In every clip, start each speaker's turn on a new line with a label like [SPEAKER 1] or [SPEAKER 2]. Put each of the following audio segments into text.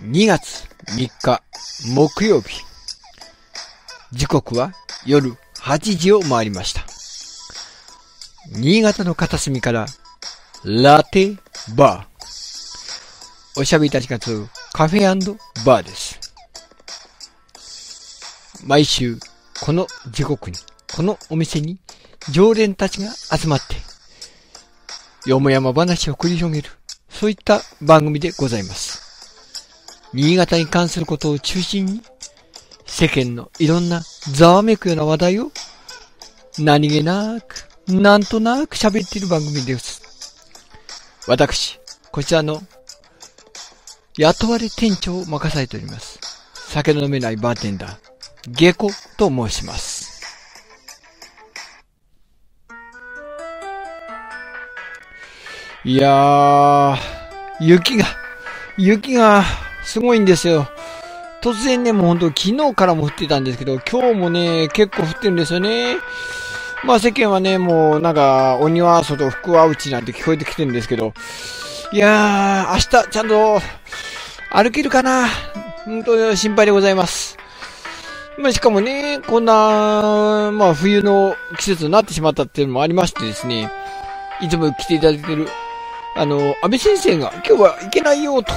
[SPEAKER 1] 2月3日木曜日。時刻は夜8時を回りました。新潟の片隅からラテバー。おしゃべりたちが集うカフェバーです。毎週この時刻に、このお店に常連たちが集まって、よもやま話を繰り広げる、そういった番組でございます。新潟に関することを中心に、世間のいろんなざわめくような話題を、何気なく、なんとなく喋っている番組です。私、こちらの、雇われ店長を任されております。酒の飲めないバーテンダー、ゲコと申します。いやー、雪が、雪がすごいんですよ。突然ね、もう本当昨日からも降ってたんですけど、今日もね、結構降ってるんですよね。まあ世間はね、もうなんか、鬼は外、福は内なんて聞こえてきてるんですけど、いやー、明日ちゃんと歩けるかな本当心配でございます。まあしかもね、こんな、まあ冬の季節になってしまったっていうのもありましてですね、いつも来ていただいてる、あの、安倍先生が今日は行けないよと、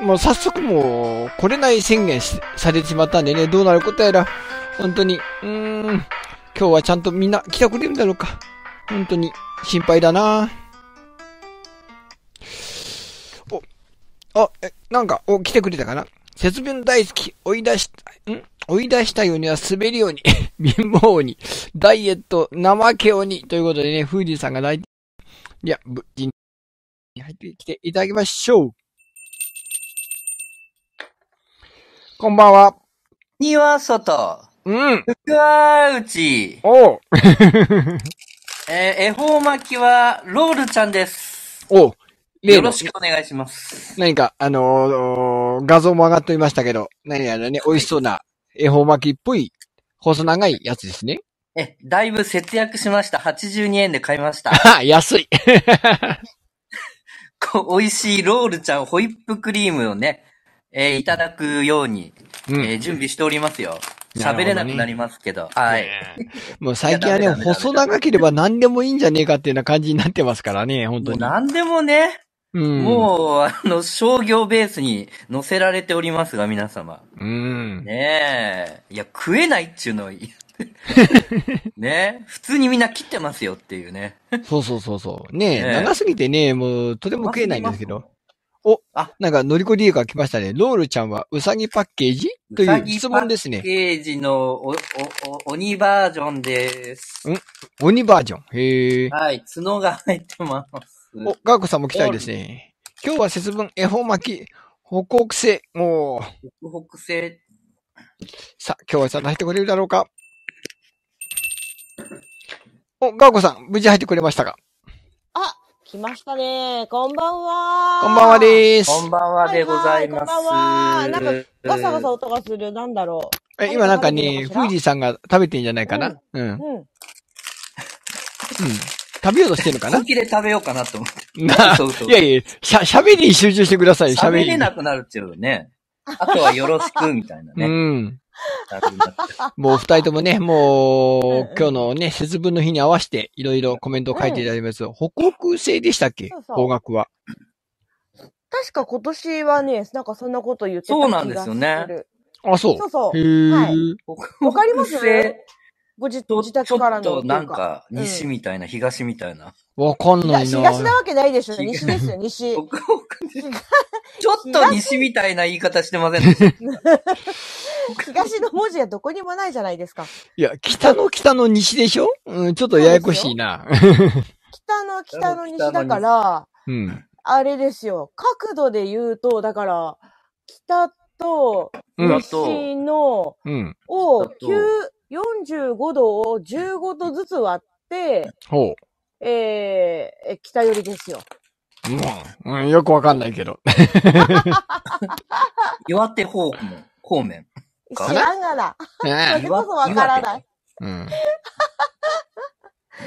[SPEAKER 1] うん、もう早速もう来れない宣言しされてしまったんでね、どうなることやら、本当に、うーん、今日はちゃんとみんな来てくれるんだろうか。本当に心配だなお、あ、え、なんか、お、来てくれたかな節分大好き、追い出した、ん追い出したようには滑るように、 貧乏に、ダイエット、怠け鬼ということでね、フーディーさんが来、いや、無事に入ってきていただきましょう。こんばんは。
[SPEAKER 2] には外、
[SPEAKER 1] うん。
[SPEAKER 2] 福は内、
[SPEAKER 1] おう。
[SPEAKER 2] えー、恵方巻きはロールちゃんです。
[SPEAKER 1] おう。例
[SPEAKER 2] よ
[SPEAKER 1] の
[SPEAKER 2] ろ、しくお願いします。
[SPEAKER 1] 何か、あのー画像も上がっておりましたけど、何やらね、美味しそうな、恵方巻きっぽい、細長いやつです ね。
[SPEAKER 2] え、だいぶ節約しました。82円で買いました。
[SPEAKER 1] あ、安い。
[SPEAKER 2] こう美味しいロールちゃんホイップクリームをね、えーいただくように、
[SPEAKER 1] う
[SPEAKER 2] え
[SPEAKER 1] ん。
[SPEAKER 2] ー準備しておりますよ。
[SPEAKER 1] なるほどね
[SPEAKER 2] 喋れなくなりますけど。はい。
[SPEAKER 1] もう最近はいね、
[SPEAKER 2] やダメダメダメ
[SPEAKER 1] 細長ければ何でもいいんじゃねえかっていうような感じになってますからね、本当
[SPEAKER 2] もう
[SPEAKER 1] に。
[SPEAKER 2] 何でもね、
[SPEAKER 1] うん。
[SPEAKER 2] もう、あの、商業ベースに乗せられておりますが、皆様。
[SPEAKER 1] う。うん。
[SPEAKER 2] ねえ。いや、食えないっちゅうのいねえ。普通にみんな切ってますよっていうね。
[SPEAKER 1] そうそうそうそう。ねえ、
[SPEAKER 2] ねえ
[SPEAKER 1] 長すぎてね、もう、とても食えないんですけど。。なんか、のりこりえが来ましたね。ロールちゃんは、うさぎパッケージという質問です
[SPEAKER 2] パッ
[SPEAKER 1] ね。
[SPEAKER 2] ケージのお、お、お、鬼バージョンです。
[SPEAKER 1] 鬼バージョン。へえ。
[SPEAKER 2] はい、角が入ってます。
[SPEAKER 1] お、ガーコさんも来たいですね。今日は節分、恵方巻き、報告せ。もう、
[SPEAKER 2] 北北西。
[SPEAKER 1] さ、今日はさ、入ってくれるだろうか。お、ガーコさん、無事入ってくれましたか
[SPEAKER 3] あ、来ましたね。こんばんは。
[SPEAKER 1] こんばんはでーす。
[SPEAKER 2] こんばんはでございます。
[SPEAKER 3] はいはいこんばんはなんガサガサ音がする、なんだろ
[SPEAKER 1] え今なんかね、
[SPEAKER 3] 食べてるのかし
[SPEAKER 1] フ
[SPEAKER 3] ら
[SPEAKER 1] ージーさんが食べてんじゃないかな。うん。うん。
[SPEAKER 3] う。うん。
[SPEAKER 1] 食べようとしてるのかな
[SPEAKER 2] 本気で食べようかなと思って。
[SPEAKER 1] な
[SPEAKER 2] そうそう
[SPEAKER 1] いやいや、しゃ、喋りに集中してください、喋
[SPEAKER 2] 喋
[SPEAKER 1] りに。
[SPEAKER 2] れなくなるっていうね。あとはよろしく、みたいな
[SPEAKER 1] う
[SPEAKER 2] ね。
[SPEAKER 1] ん。
[SPEAKER 2] なるなって
[SPEAKER 1] もう二人ともね、
[SPEAKER 3] うん
[SPEAKER 1] も
[SPEAKER 3] う
[SPEAKER 1] う、
[SPEAKER 3] ん
[SPEAKER 1] 今日のね、節分の日に合わせて、いろいろコメントを書いていただきます。北国製でしたっけ
[SPEAKER 3] そうそう
[SPEAKER 1] 方角は。
[SPEAKER 3] 確か今年はね、なんかそんなこと言ってた気が
[SPEAKER 2] そう
[SPEAKER 3] する。
[SPEAKER 2] なんですよね
[SPEAKER 1] あ、そう。
[SPEAKER 3] そうそう
[SPEAKER 1] へ
[SPEAKER 3] そう。
[SPEAKER 1] ー
[SPEAKER 3] はいわかります
[SPEAKER 2] 北北西
[SPEAKER 3] ご自
[SPEAKER 2] と
[SPEAKER 3] 自宅からの。
[SPEAKER 2] ちょっとなんか、
[SPEAKER 3] うん
[SPEAKER 2] 西みたいな、東みたいな。
[SPEAKER 1] わかん
[SPEAKER 3] い
[SPEAKER 1] な
[SPEAKER 3] や、
[SPEAKER 1] い
[SPEAKER 3] 東な
[SPEAKER 1] な。
[SPEAKER 3] わけないでしょ。西ですよ、西。
[SPEAKER 2] 僕僕ちょっと西みたいな言い方してません でした。
[SPEAKER 3] 東の文字はどこにもないじゃないですか。
[SPEAKER 1] いや、北の北の西でしょうん、ちょっとややこしいな。
[SPEAKER 3] 北の北の西だから、
[SPEAKER 1] うん。
[SPEAKER 3] あれですよ。角度で言うと、だから、北と
[SPEAKER 1] うん
[SPEAKER 3] 西の、
[SPEAKER 1] うん。
[SPEAKER 3] を、
[SPEAKER 2] だと
[SPEAKER 3] 9 45度を15度ずつ割って、
[SPEAKER 1] ほ
[SPEAKER 3] えーえ、北寄りですよ。
[SPEAKER 1] う。うんうん。よくわかんないけど。
[SPEAKER 2] 岩手方面。方面。かな
[SPEAKER 3] 知らんがな。それこそわからない。
[SPEAKER 1] うん。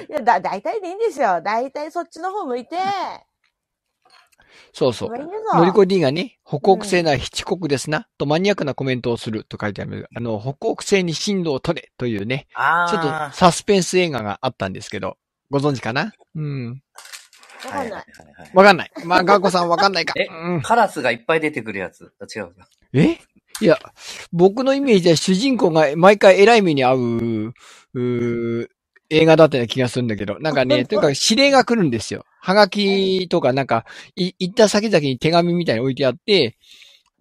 [SPEAKER 3] いや、だ、大体でいいんですよ。大体そっちの方向いて、
[SPEAKER 1] そうそう
[SPEAKER 3] 大。変
[SPEAKER 1] のり
[SPEAKER 3] だ。
[SPEAKER 1] こ D がね、北国製な七国ですな、とマニアックなコメントをすると書いてある、あの、北国製に進路を取れというね、
[SPEAKER 2] ああ。
[SPEAKER 1] ちょっとサスペンス映画があったんですけど、ご存知かなうん。
[SPEAKER 3] わか
[SPEAKER 2] はい
[SPEAKER 3] ん
[SPEAKER 2] は
[SPEAKER 3] ないい。
[SPEAKER 2] はいはい
[SPEAKER 1] わかんない。まあ、ガーコさんわかんないか。
[SPEAKER 2] え
[SPEAKER 1] うん
[SPEAKER 2] カラスがいっぱい出てくるやつ。あ違う。
[SPEAKER 1] えいや、僕のイメージでは主人公が毎回偉い目に遭う、うー映画だったような気がするんだけど、なんかね、とにかく指令が来るんですよ。はがきとか、なんか、い行った先々に手紙みたいに置いてあって、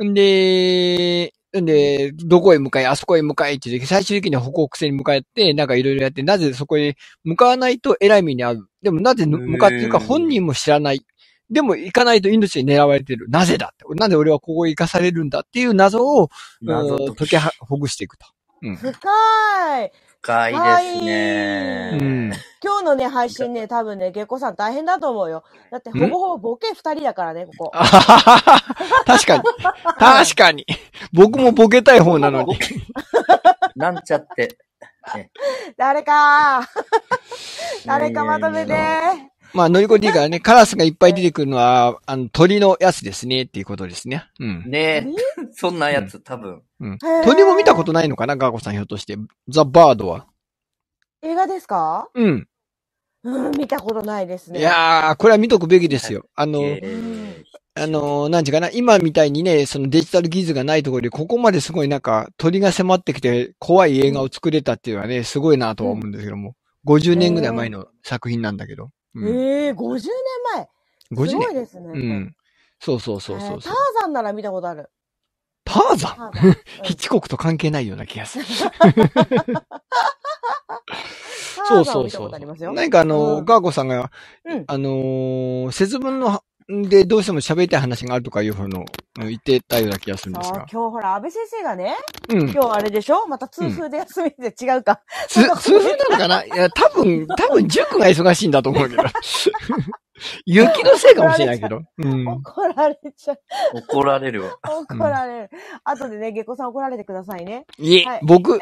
[SPEAKER 1] んで、んで、どこへ向かい、あそこへ向かいって言って、最終的には北北西に向かって、なんかいろいろやって、なぜそこへ向かわないと偉い目に遭う。でもなぜぬ向かってるか本人も知らない。でも行かないと命に狙われてる。なぜだってなんで俺はここへ行かされるんだっていう謎を、
[SPEAKER 2] 謎
[SPEAKER 1] うん
[SPEAKER 2] と
[SPEAKER 1] 解きはほぐしていくと。うん。
[SPEAKER 3] 深い。
[SPEAKER 2] 深いですね。
[SPEAKER 1] うん。
[SPEAKER 3] 今日のね、配信ね、多分ね、ゲコさん大変だと思うよ。だって、ほぼほぼボケ二人だからね、ここ。
[SPEAKER 1] あははは確かに。確かに。僕もボケたい方なのに。
[SPEAKER 2] なんちゃって。
[SPEAKER 3] 誰か誰かまとめ
[SPEAKER 2] いやいやいや
[SPEAKER 3] て。
[SPEAKER 1] まあ、乗り越えていいからね、カラスがいっぱい出てくるのは、あの、鳥のやつですね、っていうことですね。うん。
[SPEAKER 2] ねえ、そんなやつ、多分。
[SPEAKER 1] うん
[SPEAKER 3] へー
[SPEAKER 1] 鳥も見たことないのかな、ガーコさんひょっとして。ザ・バードは。
[SPEAKER 3] 映画ですか
[SPEAKER 1] うん。
[SPEAKER 3] うん、見たことないです
[SPEAKER 1] い
[SPEAKER 3] ね。
[SPEAKER 1] やー、これは見とくべきですよ。あの、
[SPEAKER 2] え
[SPEAKER 3] うん
[SPEAKER 1] あのー、なんちゅうかな、今みたいにね、そのデジタル技術がないところで、ここまですごいなんか、鳥が迫ってきて、怖い映画を作れたっていうのはね、すごいなとは思うんですけども、50年ぐらい前の作品なんだけど。うん、
[SPEAKER 3] ええー、50年前。す
[SPEAKER 1] 50
[SPEAKER 3] ごい
[SPEAKER 1] 年
[SPEAKER 3] ですね。
[SPEAKER 1] う。ん。そうそうそうそう
[SPEAKER 3] タ
[SPEAKER 1] そ
[SPEAKER 3] ー
[SPEAKER 1] う。
[SPEAKER 3] ザンなら見たことある。
[SPEAKER 1] ターザン
[SPEAKER 3] ターザン。うん
[SPEAKER 1] ヒッチコックと関係ないような気がする。
[SPEAKER 3] タ
[SPEAKER 1] そ
[SPEAKER 3] ー
[SPEAKER 1] う
[SPEAKER 3] ザン
[SPEAKER 1] そ
[SPEAKER 3] を
[SPEAKER 1] う
[SPEAKER 3] 見た
[SPEAKER 1] そ
[SPEAKER 3] こ
[SPEAKER 1] う
[SPEAKER 3] とあります。よ。
[SPEAKER 1] なんかあのー、
[SPEAKER 3] うん
[SPEAKER 1] ガーコさんが、
[SPEAKER 3] うん。
[SPEAKER 1] あのー節分の、でどうしても喋りたい話があるとかいうふうのうん言ってたような気がするんです
[SPEAKER 3] そう
[SPEAKER 1] が。
[SPEAKER 3] 今日ほら、安倍先生がね、
[SPEAKER 1] うん。
[SPEAKER 3] 今日あれでしょまた痛風で休みで違うか。
[SPEAKER 1] つ、通風なのかないや、多分、多分、塾が忙しいんだと思うけど。雪のせいかもしれないけど。うん。
[SPEAKER 3] 怒られちゃう。
[SPEAKER 2] 怒られるわ。
[SPEAKER 3] 怒られる。後でね、下戸さん怒られてくださいね。
[SPEAKER 1] いえ
[SPEAKER 3] はい、
[SPEAKER 1] 僕、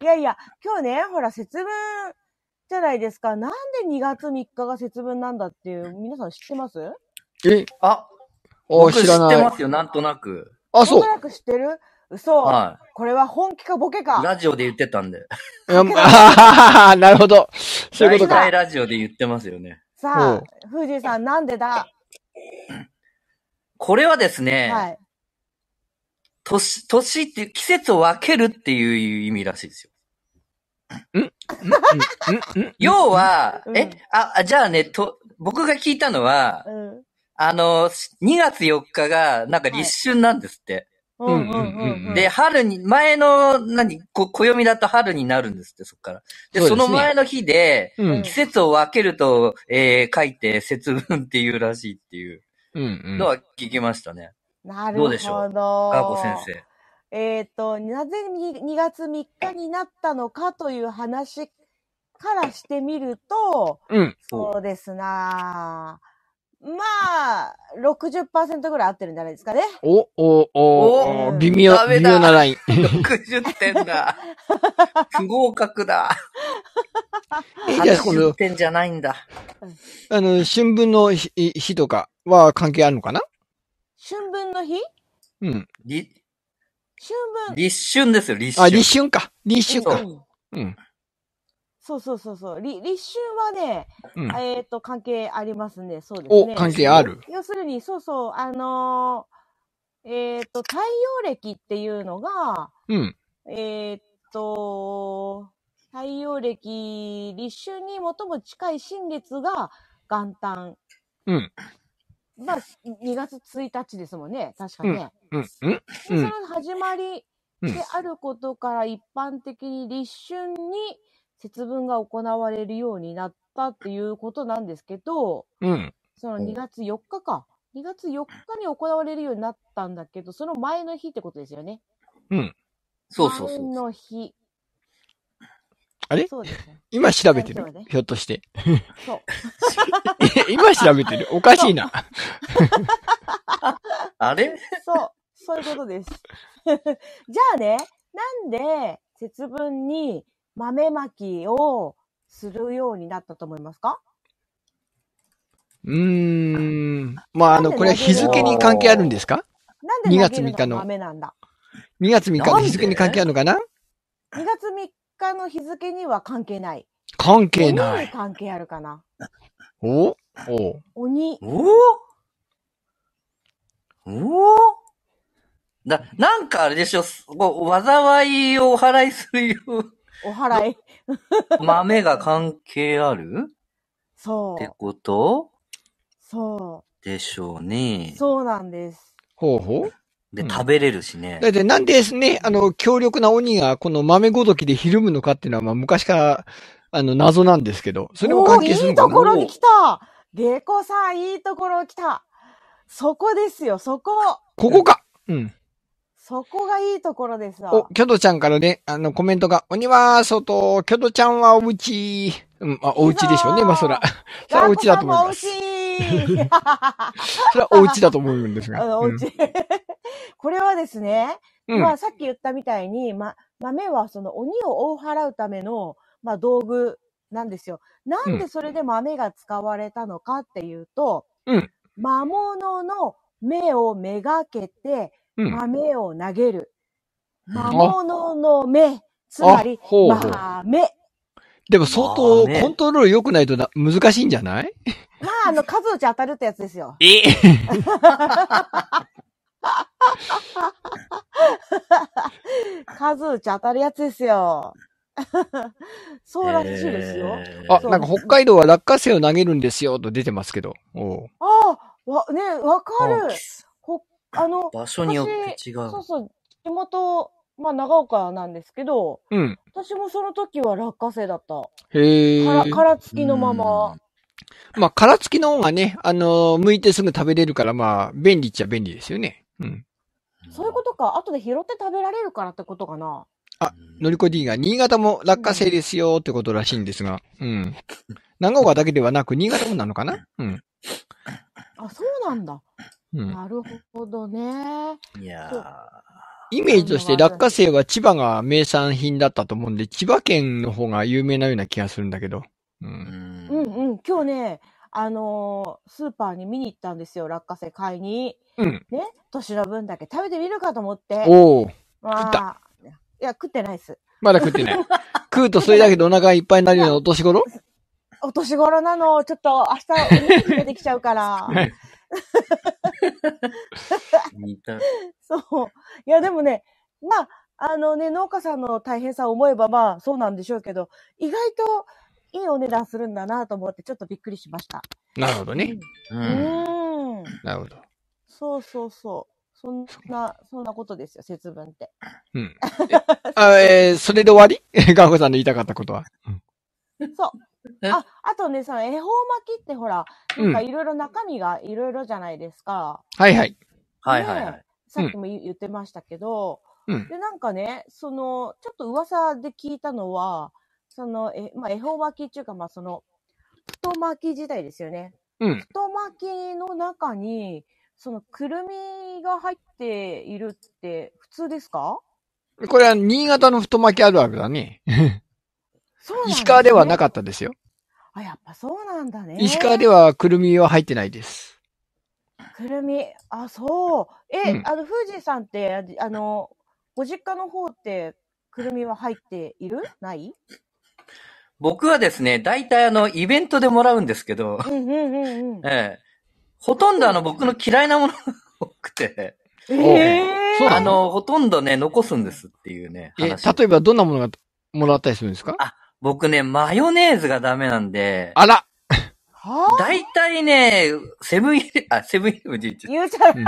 [SPEAKER 3] いやいや、今日ね、ほら、節分じゃないですか。なんで2月3日が節分なんだっていう、皆さん知ってます
[SPEAKER 1] え、
[SPEAKER 2] あ、
[SPEAKER 1] あ、
[SPEAKER 2] 僕知
[SPEAKER 1] 知
[SPEAKER 2] っ
[SPEAKER 1] らな
[SPEAKER 2] て
[SPEAKER 1] い
[SPEAKER 2] ま。すよ、なんとなく。
[SPEAKER 1] あ、そう
[SPEAKER 3] なんと。なく知ってる嘘、
[SPEAKER 2] は
[SPEAKER 3] これは本気かボケ
[SPEAKER 2] い。
[SPEAKER 3] か。
[SPEAKER 2] ラジオで言ってたんで。
[SPEAKER 1] いや あーなるほど。そういうことか。
[SPEAKER 2] 大体ラジオで言ってますよね。
[SPEAKER 3] さあ、藤井さんなんでだ
[SPEAKER 2] これはですね、
[SPEAKER 3] はい。
[SPEAKER 2] 年、年っていう季節を分けるっていう意味らしいですよ。
[SPEAKER 1] うんうんうん
[SPEAKER 2] 要は、
[SPEAKER 3] うん
[SPEAKER 2] え、あ、あじゃあね、と、僕が聞いたのは、
[SPEAKER 3] うん。
[SPEAKER 2] あの、2月4日が、なんか立春なんですって。
[SPEAKER 3] うんうんうんうん。
[SPEAKER 2] で、春に、前の、何、こ、暦だと春になるんですって、そっから。
[SPEAKER 1] そう
[SPEAKER 2] で、
[SPEAKER 1] です
[SPEAKER 2] そ
[SPEAKER 1] ね
[SPEAKER 2] の前の日で、
[SPEAKER 1] うん。うん
[SPEAKER 2] 季節を分けると、えー、書いて、節分っていうらしいっていう
[SPEAKER 1] うん。
[SPEAKER 2] のは聞きましたね。
[SPEAKER 3] なる
[SPEAKER 2] ど
[SPEAKER 3] ほ
[SPEAKER 2] うでしょう
[SPEAKER 3] ど。
[SPEAKER 2] ガーコ先生。
[SPEAKER 3] えっ、と、なぜ2月3日になったのかという話からしてみると、
[SPEAKER 1] うん。
[SPEAKER 2] そう
[SPEAKER 3] そうですなぁまあ、60%ぐらい合ってるんじゃないですかね。
[SPEAKER 1] お、お、お、
[SPEAKER 3] お
[SPEAKER 1] お微妙
[SPEAKER 2] ダ、メ
[SPEAKER 1] 微
[SPEAKER 2] だ
[SPEAKER 1] 妙なライン。
[SPEAKER 2] 60点 だ。不合格だ。
[SPEAKER 1] いやこの
[SPEAKER 2] 80点じゃないんだ。
[SPEAKER 1] あの、春分の日日とかは関係あるのかな
[SPEAKER 3] 春分の日
[SPEAKER 1] うん。
[SPEAKER 2] り
[SPEAKER 3] 春分。
[SPEAKER 2] 立春ですよ、立
[SPEAKER 1] あ、
[SPEAKER 2] 春。
[SPEAKER 1] 立春か。立春
[SPEAKER 2] そう
[SPEAKER 1] か。うん。
[SPEAKER 3] そうそうそうそう。り立春はね、
[SPEAKER 1] うん。
[SPEAKER 3] えっ、と、関係ありますね。そうですね。
[SPEAKER 1] お関係ある
[SPEAKER 3] 要するに、そうそう、あのーえっ、と、太陽暦っていうのが、
[SPEAKER 1] うん。
[SPEAKER 3] えーっと、太陽暦、立春に最も近い新月が元旦。
[SPEAKER 1] うん。
[SPEAKER 3] まあ、2月1日ですもんね、確かね。
[SPEAKER 1] うん。うん。う
[SPEAKER 3] で
[SPEAKER 1] ん
[SPEAKER 3] そ。の始まり
[SPEAKER 1] うん
[SPEAKER 3] であることから一般的に立春に節分が行われるようになったっていうことなんですけど、
[SPEAKER 1] うん。
[SPEAKER 3] その
[SPEAKER 2] うん
[SPEAKER 3] 2月4日か。2月4日に行われるようになったんだけど、その前の日ってことですよね。
[SPEAKER 2] そうそうそう。
[SPEAKER 3] 前の日。
[SPEAKER 1] あれ
[SPEAKER 3] そうですね。
[SPEAKER 1] 今調べて
[SPEAKER 3] そう
[SPEAKER 1] る
[SPEAKER 3] ね。
[SPEAKER 1] ひょっとして。
[SPEAKER 3] そう。
[SPEAKER 1] 今調べてる。おかしいな。
[SPEAKER 2] あれ
[SPEAKER 3] そう。そういうことです。 じゃあね、なんで節分に豆まきをするようになったと思いますか
[SPEAKER 1] うーん。まあ、あの、これは日付に関係あるんですか
[SPEAKER 3] なんで
[SPEAKER 1] 2
[SPEAKER 3] 投
[SPEAKER 1] 月
[SPEAKER 3] げる
[SPEAKER 1] 3日
[SPEAKER 3] の
[SPEAKER 1] の
[SPEAKER 3] が雨なんだ
[SPEAKER 1] ?2 月3日
[SPEAKER 2] なん
[SPEAKER 1] の
[SPEAKER 2] で
[SPEAKER 1] 日付に関係あるのかな
[SPEAKER 3] ?2 月3日の日付には関係ない。
[SPEAKER 1] 関係な
[SPEAKER 3] 鬼に
[SPEAKER 1] い。
[SPEAKER 3] 関係あるかな。
[SPEAKER 1] おお
[SPEAKER 3] 鬼。
[SPEAKER 2] おおおおだ、なんかあれでしょ、すこう、災いをお祓いするよう。
[SPEAKER 3] お祓い。
[SPEAKER 2] 豆が関係ある
[SPEAKER 3] そ
[SPEAKER 2] って
[SPEAKER 3] う。
[SPEAKER 2] こと
[SPEAKER 3] そ
[SPEAKER 2] でしょうね
[SPEAKER 3] う。。そうなんです。
[SPEAKER 1] ほうほう。
[SPEAKER 2] で、
[SPEAKER 1] うん
[SPEAKER 2] 食べれるしね
[SPEAKER 1] だ。ってなんでね、あの、強力な鬼がこの豆ごときでひるむのかっていうのは、まあ、昔から、あの、謎なんですけど、それも関係するの
[SPEAKER 3] おー
[SPEAKER 1] かな
[SPEAKER 3] いいところに来たデコさん、いいところ来たそこですよ、そこ
[SPEAKER 1] ここかうん。
[SPEAKER 3] そこがいいところですわ。
[SPEAKER 1] お、キョドちゃんからね、あの、コメントが、鬼は外、キョドちゃんはお家。うん、まあ、お家でしょうね、まあ、そら。それはお家だと思います。 それはお家だと思うんです
[SPEAKER 3] ガンコさ
[SPEAKER 1] が。
[SPEAKER 3] んもお
[SPEAKER 1] うん
[SPEAKER 3] 家うんお家 これはですね、
[SPEAKER 1] うん
[SPEAKER 3] まあさっき言ったみたいに、ま、豆はその鬼を追い払うための、まあ、道具なんですよ。なんでそれで豆が使われたのかっていうと、
[SPEAKER 1] うん
[SPEAKER 3] 魔物の目をめがけて
[SPEAKER 1] うん。
[SPEAKER 3] 豆を投げる。
[SPEAKER 2] うん
[SPEAKER 3] 魔物の目、つまり
[SPEAKER 1] あほうほう
[SPEAKER 3] 豆
[SPEAKER 1] でも相当
[SPEAKER 2] まあね
[SPEAKER 1] コントロール良くないとな難しいんじゃない
[SPEAKER 3] が、あの、数打ち当たるってやつですよ。
[SPEAKER 2] え
[SPEAKER 3] 数打ち当たるやつですよ。 そうらしいですよ。
[SPEAKER 2] えー
[SPEAKER 1] あ、
[SPEAKER 3] そう
[SPEAKER 1] なんか北海道は落花生を投げるんですよと出てますけど。おう
[SPEAKER 3] ああ、わ、ね、わかる。ほ、あの、
[SPEAKER 2] 場所によって違う。
[SPEAKER 3] そうそう、地元、まあ長岡なんですけど、
[SPEAKER 1] うん。
[SPEAKER 3] 私もその時は落花生だった。
[SPEAKER 1] へえ。
[SPEAKER 3] から、殻付きのまま。
[SPEAKER 1] まあ、殻付きの方がね、あのー剥いてすぐ食べれるから、まあ、便利っちゃ便利ですよね。うん。
[SPEAKER 2] うん。
[SPEAKER 3] そういうことか。後で拾って食べられるからってことかな。
[SPEAKER 1] あのりこ D が、新潟も落花生ですよってことらしいんですが。うん。長岡だけではなく、新潟もなのかなうん。
[SPEAKER 3] あ、そうなんだ。
[SPEAKER 1] うん。
[SPEAKER 3] なるほどね。
[SPEAKER 2] いや
[SPEAKER 3] そう
[SPEAKER 1] イメージとして落花生は千葉が名産品だったと思うんで、千葉県の方が有名なような気がするんだけど。う。
[SPEAKER 2] ーうんん
[SPEAKER 3] うんうん、今日ね、あのースーパーに見に行ったんですよ、落花生買いに。
[SPEAKER 1] うん。
[SPEAKER 3] ね、年の分だけ食べてみるかと思って。
[SPEAKER 1] おー。
[SPEAKER 3] ま
[SPEAKER 1] 食っ
[SPEAKER 3] あ、いや、食ってないです。
[SPEAKER 1] まだ食 ってない。食うとそれだけでお腹いっぱいになるようなお年 頃
[SPEAKER 3] お年頃なの、ちょっと明日お肉出てきちゃ うから。
[SPEAKER 2] 似た。
[SPEAKER 3] そう。いや、でもね、まあ、あのね、農家さんの大変さを思えば、まあ、そうなんでしょうけど、意外といいお値段するんだなと思って、ちょっとびっくりしました。
[SPEAKER 1] なるほどね。
[SPEAKER 2] う。
[SPEAKER 3] うんーん。
[SPEAKER 1] なるほど。
[SPEAKER 3] そうそうそう。そんな、そんなことですよ、節分って。
[SPEAKER 1] うん。あ、えー、それで終わり ガンコさんの言いたかったことは。
[SPEAKER 3] そう。あ、あとね、その恵方巻きってほら、
[SPEAKER 1] うん
[SPEAKER 3] なんかいろいろ中身がいろいろじゃないですか。
[SPEAKER 1] はいはい。
[SPEAKER 2] はいはいは
[SPEAKER 3] ね
[SPEAKER 2] い。
[SPEAKER 3] さっきも言言ってましたけど、
[SPEAKER 1] うん。
[SPEAKER 3] で、なんかね、その、ちょっと噂で聞いたのは、その、え、まあ、恵方巻きっていうか、まあ、その、太巻き自体ですよね。
[SPEAKER 1] うん。
[SPEAKER 3] 太巻きの中に、その、くるみが入っているって、普通ですか
[SPEAKER 1] これは新潟の太巻きあるあるだね。
[SPEAKER 3] そうなん
[SPEAKER 1] 石川ではな
[SPEAKER 3] っ
[SPEAKER 1] かったですよ。
[SPEAKER 3] た。あ、やっぱそうなんだね。
[SPEAKER 1] 石川ではくるみは入ってないです。
[SPEAKER 3] くるみ、あ、そう。え、
[SPEAKER 1] うん
[SPEAKER 3] あの、富士さんって、ああの、ご実家の方って、くるみは入っているない
[SPEAKER 2] 僕はですね、大体あの、イベントでもらうんですけど、
[SPEAKER 3] うんうんうんうん。
[SPEAKER 2] ええ。ほとんどあの、僕の嫌いなものが 多くて、
[SPEAKER 3] え
[SPEAKER 1] そう
[SPEAKER 3] ー、
[SPEAKER 1] な
[SPEAKER 2] あの、ほとんどね、残すんですっていうね、
[SPEAKER 1] え、
[SPEAKER 2] 話。
[SPEAKER 1] 例えばどんなものがもらったりするんですか
[SPEAKER 2] 僕ね、マヨネーズがダメなんで、
[SPEAKER 1] あら
[SPEAKER 3] はあ
[SPEAKER 2] 大体ね、セブンイレ、あ、セブンイレブン11
[SPEAKER 3] 言うちゃう。
[SPEAKER 1] うん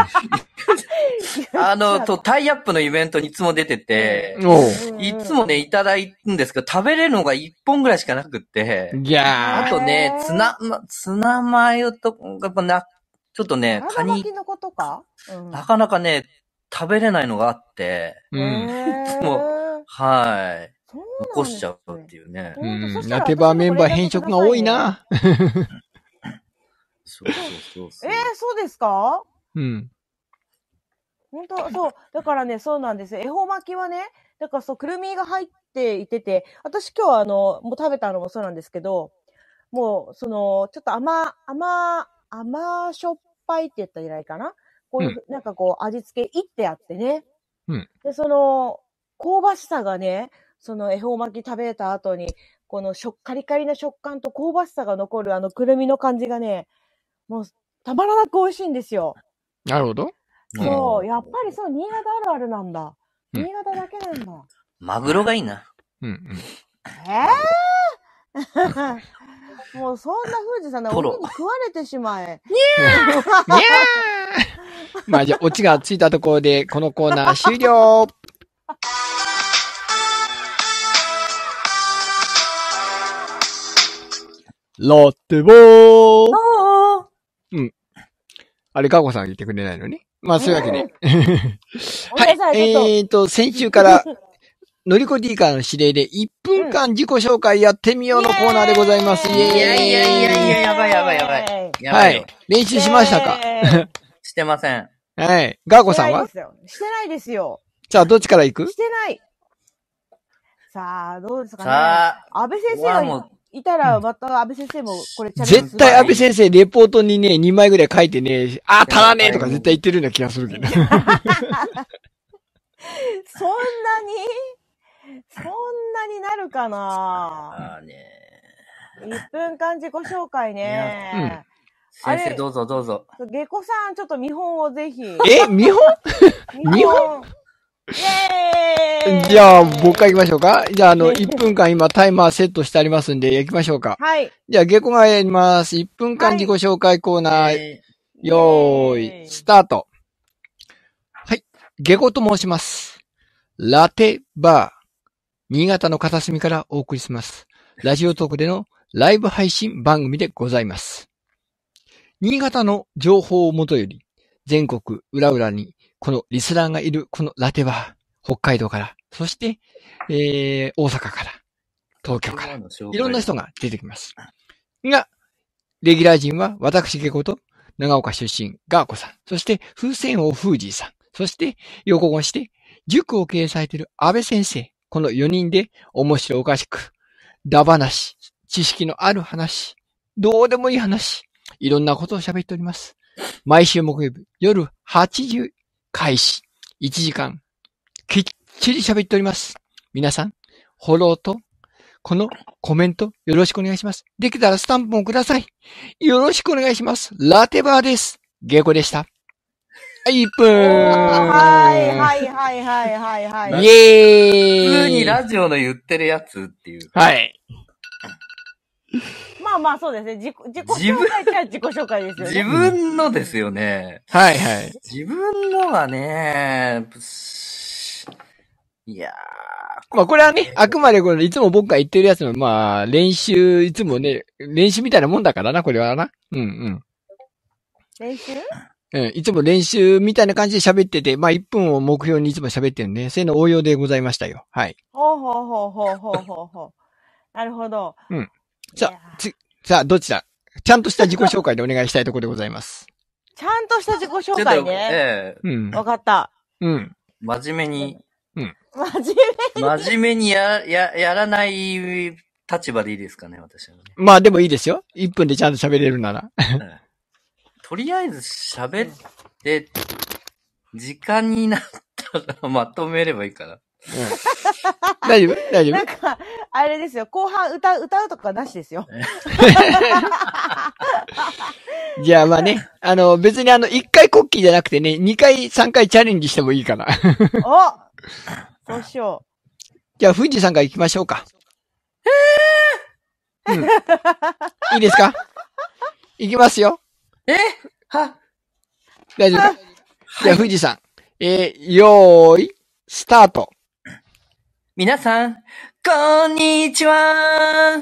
[SPEAKER 2] あ の、と、タイアップのイベントにいつも出てて、
[SPEAKER 1] お
[SPEAKER 2] いつもね、いただいるんですけど、食べれるのが1本ぐらいしかなくって、
[SPEAKER 1] うギャ
[SPEAKER 2] あ
[SPEAKER 1] ー。
[SPEAKER 2] とね
[SPEAKER 3] へ、ー
[SPEAKER 2] ツナ、まツナマヨと、やっぱな、ちょっとね、カ
[SPEAKER 3] 体巻
[SPEAKER 2] ニ
[SPEAKER 3] き、のことかうん
[SPEAKER 2] なかなかね、食べれないのがあって、
[SPEAKER 1] うん。
[SPEAKER 3] えー
[SPEAKER 2] もはい。
[SPEAKER 3] そうなんですね
[SPEAKER 2] 残しちゃうっていうね。
[SPEAKER 1] う
[SPEAKER 3] ほんとそ
[SPEAKER 1] ん。
[SPEAKER 3] したら
[SPEAKER 1] ラテバーメンバー変色が多いな。
[SPEAKER 2] そうそうそうそ
[SPEAKER 3] え
[SPEAKER 2] う。
[SPEAKER 3] ー、そうですか
[SPEAKER 1] うん。
[SPEAKER 3] 本当そう。だからね、そうなんですよ。恵方巻きはね、だからそう、くるみが入っていてて、私今日はあの、もう食べたのもそうなんですけど、もう、その、ちょっと甘、甘、甘しょっぱいって言ったらいいかなこういうふ、なんかこう、味付け、いってあってね。
[SPEAKER 1] うん
[SPEAKER 3] で、その、香ばしさがね、その恵方巻き食べた後に、このしょカリカリな食感と香ばしさが残るあのくるみの感じがね、もう、たまらなく美味しいんですよ。
[SPEAKER 1] なるほど。
[SPEAKER 2] うん
[SPEAKER 3] そう、やっぱりそう、新潟あるあるなんだ。
[SPEAKER 1] うん
[SPEAKER 3] 新潟だけなんだ。
[SPEAKER 2] マグロがいいな。
[SPEAKER 1] うんうん。
[SPEAKER 3] えー もうそんな富士山ね、
[SPEAKER 2] ト
[SPEAKER 3] 鬼
[SPEAKER 2] ロ
[SPEAKER 3] に食われてしまえ。
[SPEAKER 1] にゃーまあじゃあ、オチがついたところで、このコーナー終了ロッテボー
[SPEAKER 3] あ
[SPEAKER 1] あれ、ガコさん言ってくれないのね。まあ、そういうわけで。
[SPEAKER 3] ごめんなさ
[SPEAKER 1] はいい。
[SPEAKER 3] ちょっと
[SPEAKER 1] えーと、先週から、のりこディーカーの指令で1分間自己紹介やってみようのコーナーでございます。イェーイ
[SPEAKER 2] いやいやいやいや、やばいやばいやばい。
[SPEAKER 3] い。
[SPEAKER 2] や
[SPEAKER 1] は
[SPEAKER 2] ばいよ。
[SPEAKER 1] い。練習しましたか
[SPEAKER 3] えー
[SPEAKER 2] してません。
[SPEAKER 1] はい。ガーコ
[SPEAKER 3] し
[SPEAKER 1] さ
[SPEAKER 3] てなんい
[SPEAKER 1] は
[SPEAKER 3] ですよ。してないですよ。
[SPEAKER 1] じゃあ、どっちから行く
[SPEAKER 3] してない。さあ、どうですかね。
[SPEAKER 2] さあ、
[SPEAKER 3] 安倍先生
[SPEAKER 2] わあ
[SPEAKER 3] が
[SPEAKER 2] も
[SPEAKER 3] いたら、また安倍先生もこれチャレンジす
[SPEAKER 1] 絶
[SPEAKER 3] る
[SPEAKER 1] 対安倍先生、レポートにね、2枚ぐらい書いてね、あー、足らねえとか絶対言ってるような気がするけど。
[SPEAKER 3] そんなにそんなになるかな
[SPEAKER 2] あーね
[SPEAKER 3] ?1 分間自己紹介
[SPEAKER 1] い
[SPEAKER 3] ね
[SPEAKER 1] や。
[SPEAKER 3] あ
[SPEAKER 2] 先
[SPEAKER 3] れ
[SPEAKER 2] 生、どうぞどうぞ。
[SPEAKER 3] 下戸さん、ちょっと見本をぜひ。
[SPEAKER 1] え見本見
[SPEAKER 3] 本イェーイ
[SPEAKER 1] じゃあ、僕から行きましょうか。じゃあ、あの、
[SPEAKER 3] ね
[SPEAKER 1] 1分間今タイマーセットしてありますんで、行きましょうか。
[SPEAKER 3] はい。
[SPEAKER 1] じゃあ、ゲコがやります。1分間自己紹介コーナー、
[SPEAKER 2] え
[SPEAKER 1] よ
[SPEAKER 3] イェ
[SPEAKER 1] ー
[SPEAKER 3] ーイ
[SPEAKER 1] い、スタート。はい、ゲコと申します。ラテバー。新潟の片隅からお送りします。ラジオトークでのライブ配信番組でございます。新潟の情報をもとより、全国裏々にこのリスナーがいるこのラテバー、北海道から、そして、えー、大阪から、東京から、い
[SPEAKER 2] い
[SPEAKER 1] ろんな。人が出てきます。が、レギュラー陣は私下校と長岡出身ガーコさん、そして風船王フージーさん、そして横越して塾を経営されている安倍先生、この4人で面白おかしく、だ話、知識のある話、どうでもいい話、いろんなことを喋っております。毎週木曜日夜8時開始、1時間、きっちり喋っております。皆さん、フォローと、このコメントよろしくお願いします。できたらスタンプもください。よろしくお願いします。ラテバーです。ゲコでした。はい、1分。
[SPEAKER 3] はいはいはいはいはいはい。
[SPEAKER 1] イ
[SPEAKER 2] 普
[SPEAKER 1] エーイ
[SPEAKER 2] 通にラジオの言ってるやつっていう。
[SPEAKER 1] はい。
[SPEAKER 3] まあまあそうですね。自己、自己
[SPEAKER 2] 自分
[SPEAKER 3] 紹介っちゃ自己紹介ですよ
[SPEAKER 2] 自
[SPEAKER 3] ね。
[SPEAKER 2] 分のですよね。
[SPEAKER 1] はいはい。
[SPEAKER 2] 自分のはね、いや
[SPEAKER 1] まあこれはね、あくまでこれ、いつも僕が言ってるやつの、まあ、練習、いつもね、練習みたいなもんだからな、これはな。うんうん。
[SPEAKER 3] 練習
[SPEAKER 1] うん、いつも練習みたいな感じで喋ってて、まあ1分を目標にいつも喋ってるね。そういうの応用でございましたよ。はい。
[SPEAKER 3] ほうほうほうほうほうほうほう。なるほど。
[SPEAKER 1] うん。
[SPEAKER 3] じ
[SPEAKER 1] じ
[SPEAKER 3] ゃ
[SPEAKER 1] ゃさあ、どっちだちゃんとした自己紹介でお願いしたいところでございます。
[SPEAKER 3] ちゃんとした自己
[SPEAKER 2] ー。
[SPEAKER 3] 紹介ね。
[SPEAKER 2] ええ
[SPEAKER 1] うん。
[SPEAKER 3] わかった。
[SPEAKER 1] うん。
[SPEAKER 2] 真面目に、
[SPEAKER 3] 真面
[SPEAKER 2] 真面目にや、や、やらない立場でいいですかね、私はね。
[SPEAKER 1] まあでもいいですよ。1分でちゃんと喋れるなら。
[SPEAKER 2] うんとりあえず喋って、時間になったらまとめればいいかな。
[SPEAKER 1] うん大丈夫大丈
[SPEAKER 3] 目。
[SPEAKER 1] 夫
[SPEAKER 3] なんか、あれですよ。後半歌う、歌うとかなしで すよ。
[SPEAKER 1] じゃあまあね、あの、別にあの、1回コッキーじゃなくてね、2回、3回チャレンジしてもいいかな。
[SPEAKER 3] おそうしよ
[SPEAKER 1] じゃあ、富士山から行きましょうか。うんいいです か行きますよ。
[SPEAKER 2] えは、
[SPEAKER 1] 大丈夫じゃあ、富士山。えー、よーい、スタート。
[SPEAKER 2] 皆さん、こんにちは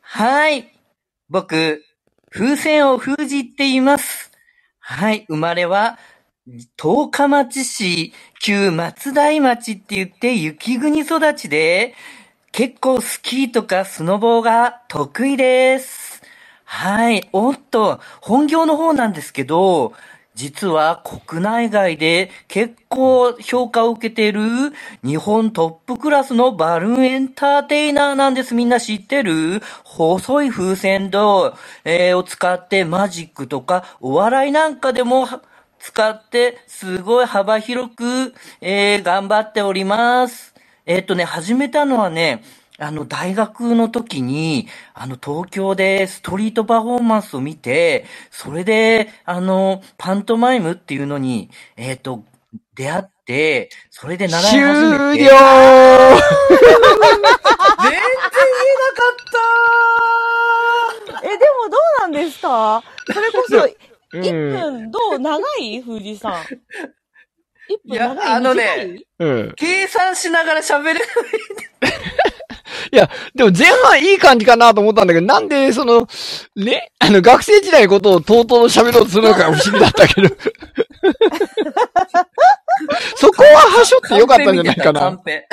[SPEAKER 2] はい。僕、風船を封じって言います。はい。生まれは、十日町市、旧松台町って言って雪国育ちで、結構スキーとかスノボーが得意です。はい。おっと、本業の方なんですけど、実は国内外で結構評価を受けている日本トップクラスのバルーンエンターテイナーなんです。みんな知ってる細い風船と、えーを使ってマジックとかお笑いなんかでもは使ってすごい幅広く、えー頑張っております。えーっとね、始めたのはね、あの、大学の時に、あの、東京でストリートパフォーマンスを見て、それで、あの、パントマイムっていうのに、えっ、と、出会って、それで習い
[SPEAKER 1] 終
[SPEAKER 2] 始めて。 全然言
[SPEAKER 1] 了
[SPEAKER 2] えなかっ
[SPEAKER 3] え、でもどうなんですかそれこそ、
[SPEAKER 1] う
[SPEAKER 3] 1
[SPEAKER 1] ん。
[SPEAKER 3] 分どう長い富士山。1分
[SPEAKER 2] いや
[SPEAKER 3] 長い
[SPEAKER 2] あのね
[SPEAKER 3] 短い
[SPEAKER 1] うん。
[SPEAKER 2] た計算しながら喋る。
[SPEAKER 1] でも前半いい感じかなと思ったんだけど、なんで、その、ね、 あの、学生時代のことをとうとう喋ろうとするのか不思議だった けど。そこははしょってよかったんじゃないか
[SPEAKER 2] カ
[SPEAKER 1] な。
[SPEAKER 2] ンペ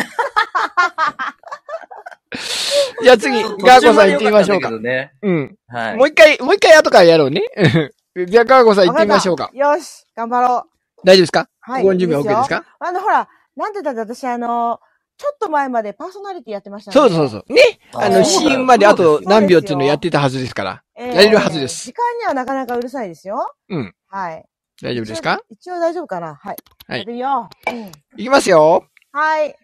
[SPEAKER 1] じゃあ次、
[SPEAKER 2] 見
[SPEAKER 1] ガ
[SPEAKER 2] て
[SPEAKER 1] ー
[SPEAKER 2] たカンペ
[SPEAKER 1] コさん行ってみましょうか
[SPEAKER 2] 途中まで良ったんだけ。どね
[SPEAKER 1] うん。
[SPEAKER 2] はい。
[SPEAKER 1] もう一回、もう一回後からやろうね。うんじゃあ、ガーゴさん行ってみましょうか。
[SPEAKER 3] わったよし、頑張ろう。
[SPEAKER 1] 大丈夫ですか
[SPEAKER 3] はい。
[SPEAKER 1] ご準備はい
[SPEAKER 3] い
[SPEAKER 1] OK です
[SPEAKER 3] よ
[SPEAKER 1] か
[SPEAKER 3] あの、ほら、なんでだって私、あの、ちょっと前までパーソナリティやってましたね。
[SPEAKER 1] そうそうそう。ね。あの、
[SPEAKER 3] そうだよ
[SPEAKER 1] CM まであと
[SPEAKER 3] そうだよ
[SPEAKER 1] 何秒っていうのやってたはずですから。
[SPEAKER 3] えー
[SPEAKER 1] やれるはずです
[SPEAKER 3] 時間にはなかなかうるさいですよ。
[SPEAKER 1] うん。
[SPEAKER 3] はい。
[SPEAKER 1] 大丈夫ですか
[SPEAKER 3] 一応一応大丈夫かなはい。
[SPEAKER 1] はい
[SPEAKER 3] やってみよう。うん。
[SPEAKER 1] いきますよ。
[SPEAKER 3] はい。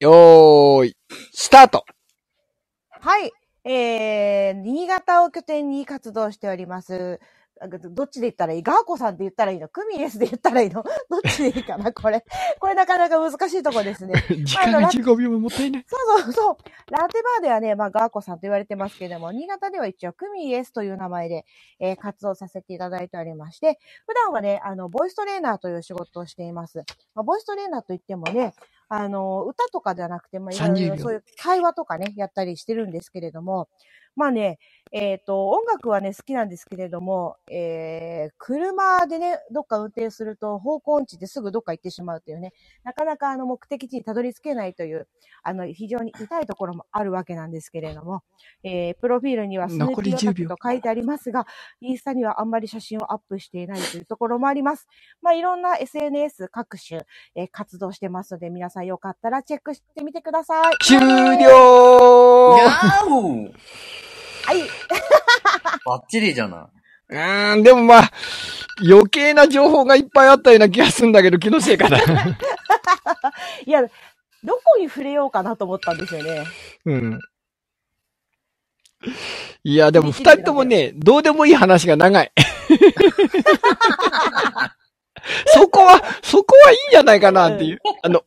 [SPEAKER 1] よーい、スター ト。
[SPEAKER 3] はい。えー、新潟を拠点に活動しております。あどっちで言ったらいいガーコさんって言ったらいいのクミエスで言ったらいいの どっちでいいかなこれ。これなかなか難しいとこですね。
[SPEAKER 1] 時間が15秒ももったいない。
[SPEAKER 3] そうそうそう。ラテバーではね、まあ、ガーコさんと言われてますけれども、新潟では一応、クミイエスという名前で、えー活動させていただいておりまして、普段はね、あの、ボイストレーナーという仕事をしています。まあ、ボイストレーナーといってもね、あの、歌とかではなくて、まあ、いろい
[SPEAKER 1] 30
[SPEAKER 3] ろ
[SPEAKER 1] 秒
[SPEAKER 3] そういう会話とかね、やったりしてるんですけれども、まあね、えっ、と、音楽はね、好きなんですけれども、えー、車でね、どっか運転すると、方向音痴ですぐどっか行ってしまうというね、なかなかあの、目的地にたどり着けないという、あの、非常に痛いところもあるわけなんですけれども、えー、プロフィールにはスヌー
[SPEAKER 1] 残
[SPEAKER 3] ピ
[SPEAKER 1] り
[SPEAKER 3] ーオタ
[SPEAKER 1] 10
[SPEAKER 3] ク
[SPEAKER 1] 秒
[SPEAKER 3] と書いてありますが、インスタにはあんまり写真をアップしていないというところもあります。まあ、いろんな SNS 各種、えー活動してますので、皆さんよかったらチェックしてみてください。
[SPEAKER 1] 終
[SPEAKER 3] はい
[SPEAKER 1] 了
[SPEAKER 2] やーお バッチリじゃな
[SPEAKER 1] うーん、でもまあ、余計な情報がいっぱいあったような気がするんだけど、気のせいかな。
[SPEAKER 3] いや、どこに触れようかなと思ったんですよね。
[SPEAKER 1] うん。いや、でも二人ともね、どうでもいい話が長い。 そこは、そこはいいんじゃないかなっていう。あの、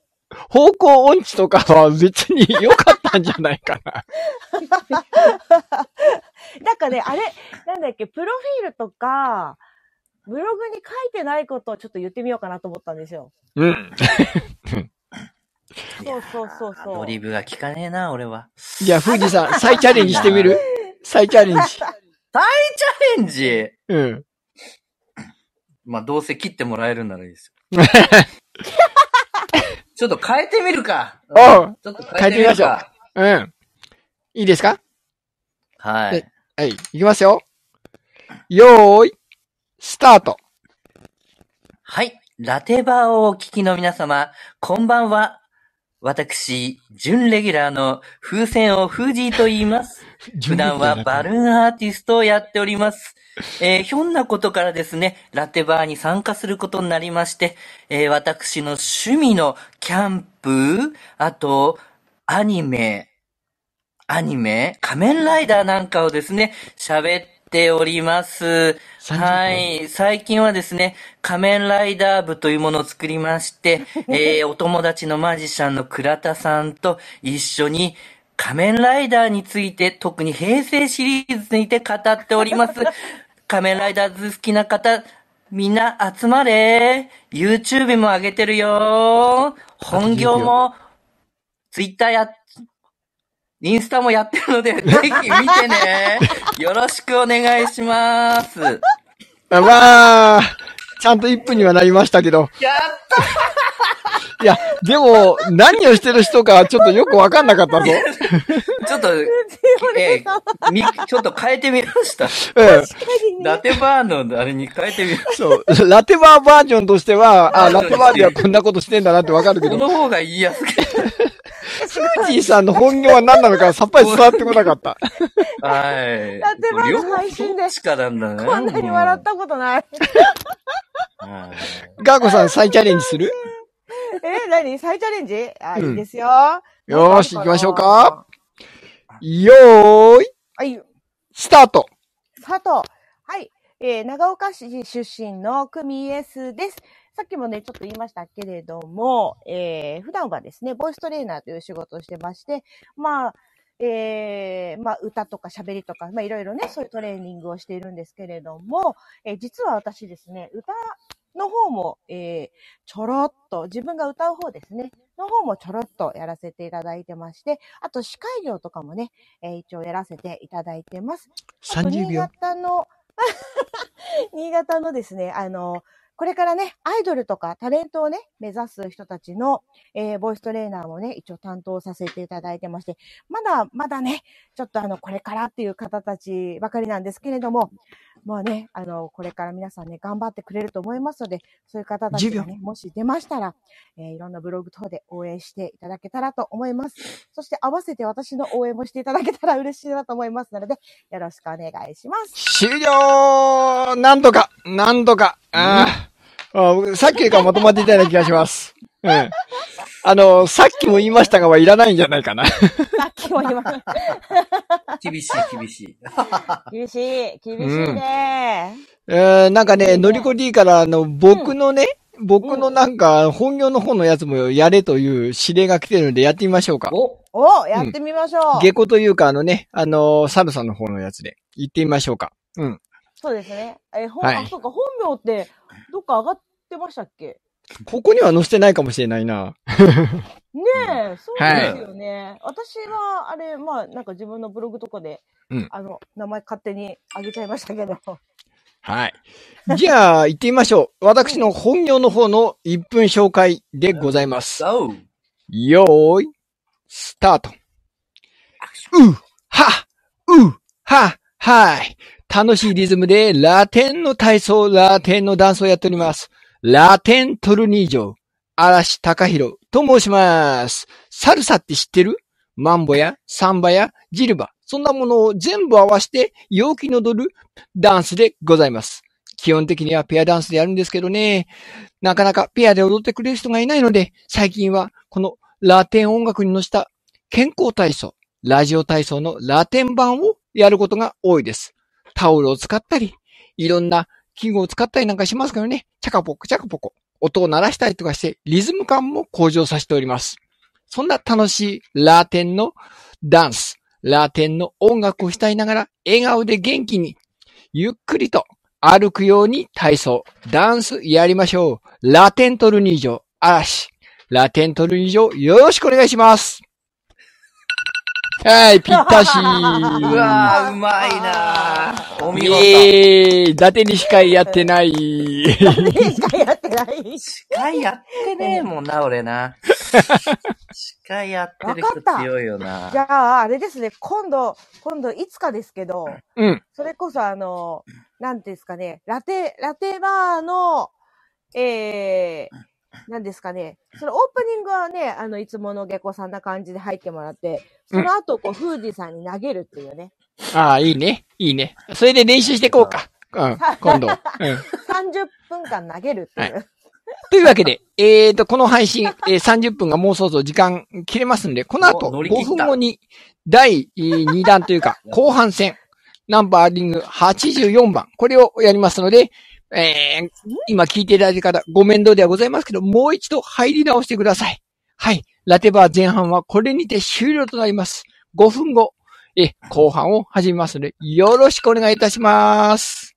[SPEAKER 1] 方向音痴とかは別に良かったんじゃないかな。
[SPEAKER 3] なんかね、あれ、なんだっけ、プロフィールとか、ブログに書いてないことをちょっと言ってみようかなと思ったんですよ。
[SPEAKER 1] うん。
[SPEAKER 2] い
[SPEAKER 3] そうそうそう
[SPEAKER 2] ア
[SPEAKER 3] そう
[SPEAKER 2] ドリブが効かねえな、俺は。
[SPEAKER 1] じゃあ、富士さん、再チャレンジしてみる 再チャレンジ。
[SPEAKER 2] チャレンジ
[SPEAKER 1] うん。
[SPEAKER 2] まあ、どうせ切ってもらえるならいいです よ。ちょっと変えてみるか。
[SPEAKER 1] お
[SPEAKER 2] うん
[SPEAKER 1] う
[SPEAKER 2] ちょっと
[SPEAKER 1] 変えてみましょううん。いいですか
[SPEAKER 2] は
[SPEAKER 1] え
[SPEAKER 2] い。
[SPEAKER 1] はい。いきますよ。よーい、スタ ート。
[SPEAKER 2] はい。ラテバーをお聞きの皆様、こんばんは。私、準レギュラーの風船をフージーと言います。普段はバルーンアーティストをやっております。えーひょんなことからですね、ラテバーに参加することになりまして、えー私の趣味のキャンプ、あと、アニメ、アニメ、仮面ライダーなんかをですね、喋っております。
[SPEAKER 1] 30
[SPEAKER 2] はい。最近はですね、仮面ライダー部というものを作りまして、えーお友達のマジシャンの倉田さんと一緒に、仮面ライダーについて、特に平成シリーズにて語っております。仮面ライダーズ好きな方、みんな集まれ !YouTube も上げてるよ本業も、Twitter や、インスタもやってるので、ぜひ見てねよろしくお願いしますやっ
[SPEAKER 1] あまあ、ちゃんと1分にはなりましたけど、
[SPEAKER 2] た
[SPEAKER 1] いや、でも、何をしてる人かちょっとよくわかんなかったぞ。
[SPEAKER 2] ちょ っと、えーみ、ちょっと変えてみま した。
[SPEAKER 1] うん。
[SPEAKER 3] 確かに
[SPEAKER 2] ラ
[SPEAKER 3] ね。
[SPEAKER 2] テバーのあれに変えてみま し
[SPEAKER 1] そう。ラテバーバージョンとしては、あ、ラテバーではこんなことしてんだなってわかるけ
[SPEAKER 2] た。こ
[SPEAKER 1] ど、
[SPEAKER 2] の方が言いやす くて。
[SPEAKER 1] フージーさんの本業は何なのかさっぱり伝わってこなかった。
[SPEAKER 2] はい。
[SPEAKER 3] ラテバーの配
[SPEAKER 2] 両
[SPEAKER 3] 信で
[SPEAKER 2] 方どっちかなんだね。
[SPEAKER 3] こんなに笑ったことない。
[SPEAKER 2] た。はい
[SPEAKER 1] ガーコさん再チャレンジする
[SPEAKER 3] え、何再チャレンジあ、
[SPEAKER 1] うん
[SPEAKER 3] いいですよ。
[SPEAKER 1] よーし、行きましょうか。。よーい、
[SPEAKER 3] はい、
[SPEAKER 1] スタート
[SPEAKER 3] 佐藤。はい。えー長岡市出身の組 S です。さっきもね、ちょっと言いましたけれども、えー普段はですね、ボイストレーナーという仕事をしてまして、まあ、えーまあ、歌とか喋りとか、まあ、いろいろね、そういうトレーニングをしているんですけれども、えー実は私ですね、歌の方も、えーちょろっと、自分が歌う方ですね、の方もちょろっとやらせていただいてまして、あと司会業とかもね、えー一応やらせていただいてます。あと
[SPEAKER 1] ?30
[SPEAKER 3] 新
[SPEAKER 1] 秒。
[SPEAKER 3] 潟の、 新潟のですね、あの、これからね、アイドルとかタレントをね、目指す人たちの、えーボイストレーナーもね、一応担当させていただいてまして、まだ、まだね、ちょっとあの、これからっていう方たちばかりなんですけれども、もうね、あの、これから皆さんね、頑張ってくれると思いますので、そういう方たちがね、もし出ましたら、えーいろんなブログ等で応援していただけたらと思います。そして合わせて私の応援もしていただけたら 嬉しいなと思いますので、よろしくお願いします。
[SPEAKER 1] 終了なんとかなんとかあーあー僕さっきよりかはまとまっていたような気がします。うん。あの、さっきも言いましたがはいらないんじゃない かな。
[SPEAKER 3] さっきも言いました。
[SPEAKER 2] 厳しい、厳しい。
[SPEAKER 3] 厳しい、厳しいね。
[SPEAKER 1] えー、なんかね、のりこ D から、あの、僕のね、僕のなんか、本業の方のやつもやれという指令が来てるのでやってみましょうか。
[SPEAKER 2] お
[SPEAKER 3] おやってみましょう。
[SPEAKER 1] 下戸というか、あのね、あのーサルさんの方のやつで行ってみましょうか。うん。
[SPEAKER 3] そうですね。え、ほん、
[SPEAKER 1] はい
[SPEAKER 3] あ、そうか、本名って、どっか上がってましたっけ
[SPEAKER 1] ここには載せてないかもしれないな。
[SPEAKER 3] ねえ、そうですよね。私は、あれ、まあ、なんか自分のブログとかで、
[SPEAKER 1] うん
[SPEAKER 3] あの、名前勝手にあげちゃいましたけど。
[SPEAKER 1] はい。じゃあ、行ってみましょう。私の本業の方の1分紹介でございます。
[SPEAKER 2] ザウ
[SPEAKER 1] よーい、スタート。う、は、う、は、はい。楽しいリズムでラテンの体操、ラテンのダンスをやっております。ラテントルニージョ、嵐隆弘と申します。サルサって知ってるマンボやサンバやジルバ、そんなものを全部合わせて陽気の踊るダンスでございます。基本的にはペアダンスでやるんですけどね。なかなかペアで踊ってくれる人がいないので、最近はこのラテン音楽に乗せた健康体操、ラジオ体操のラテン版をやることが多いです。タオルを使ったり、いろんな器具を使ったりなんかしますけどね、チャカポコチャカポコ、音を鳴らしたりとかして、リズム感も向上させております。そんな楽しいラテンのダンス、ラテンの音楽をしたいながら、笑顔で元気に、ゆっくりと歩くように体操、ダンスやりましょう。ラテントルニージョ、嵐。ラテントルニージョ、よろしくお願いします。はい、ぴったし
[SPEAKER 2] う
[SPEAKER 1] ー。
[SPEAKER 2] わー、うまいなーお見事。
[SPEAKER 1] ええー、伊達にしかやって ない。
[SPEAKER 3] ねしかやってない。
[SPEAKER 2] 司会やってねえもんな、俺 な。司会やってる人強いよな。
[SPEAKER 3] じゃあ、あれですね、今度、今度、いつかですけど、
[SPEAKER 1] うん。
[SPEAKER 3] それこそあの、なんていうんですかね、ラテ、ラテバーの、ええなんですかね、そのオープニングはね、あの、いつもの下校さんな感じで入ってもらって、その後、こう、フーディさんに投げるっていうね、
[SPEAKER 1] ああ、いいね。いいね。それで練習していこうか。うん。今度。うん。
[SPEAKER 3] 30分間投げるっていう。
[SPEAKER 1] というわけで、えーと、この配信、えー30分がもうそろそろ時間切れますんで、この後
[SPEAKER 2] お乗り切
[SPEAKER 1] 5
[SPEAKER 2] った
[SPEAKER 1] 分後に、第2弾という か、後半戦、ナンバーリング84番、これをやりますので、えー、今聞いていただいた方、ご面倒ではございますけど、もう一度入り直してください。はい。ラテバー前半はこれにて終了となります。5分後、えー、後半を始めますので、よろしくお願いいたします。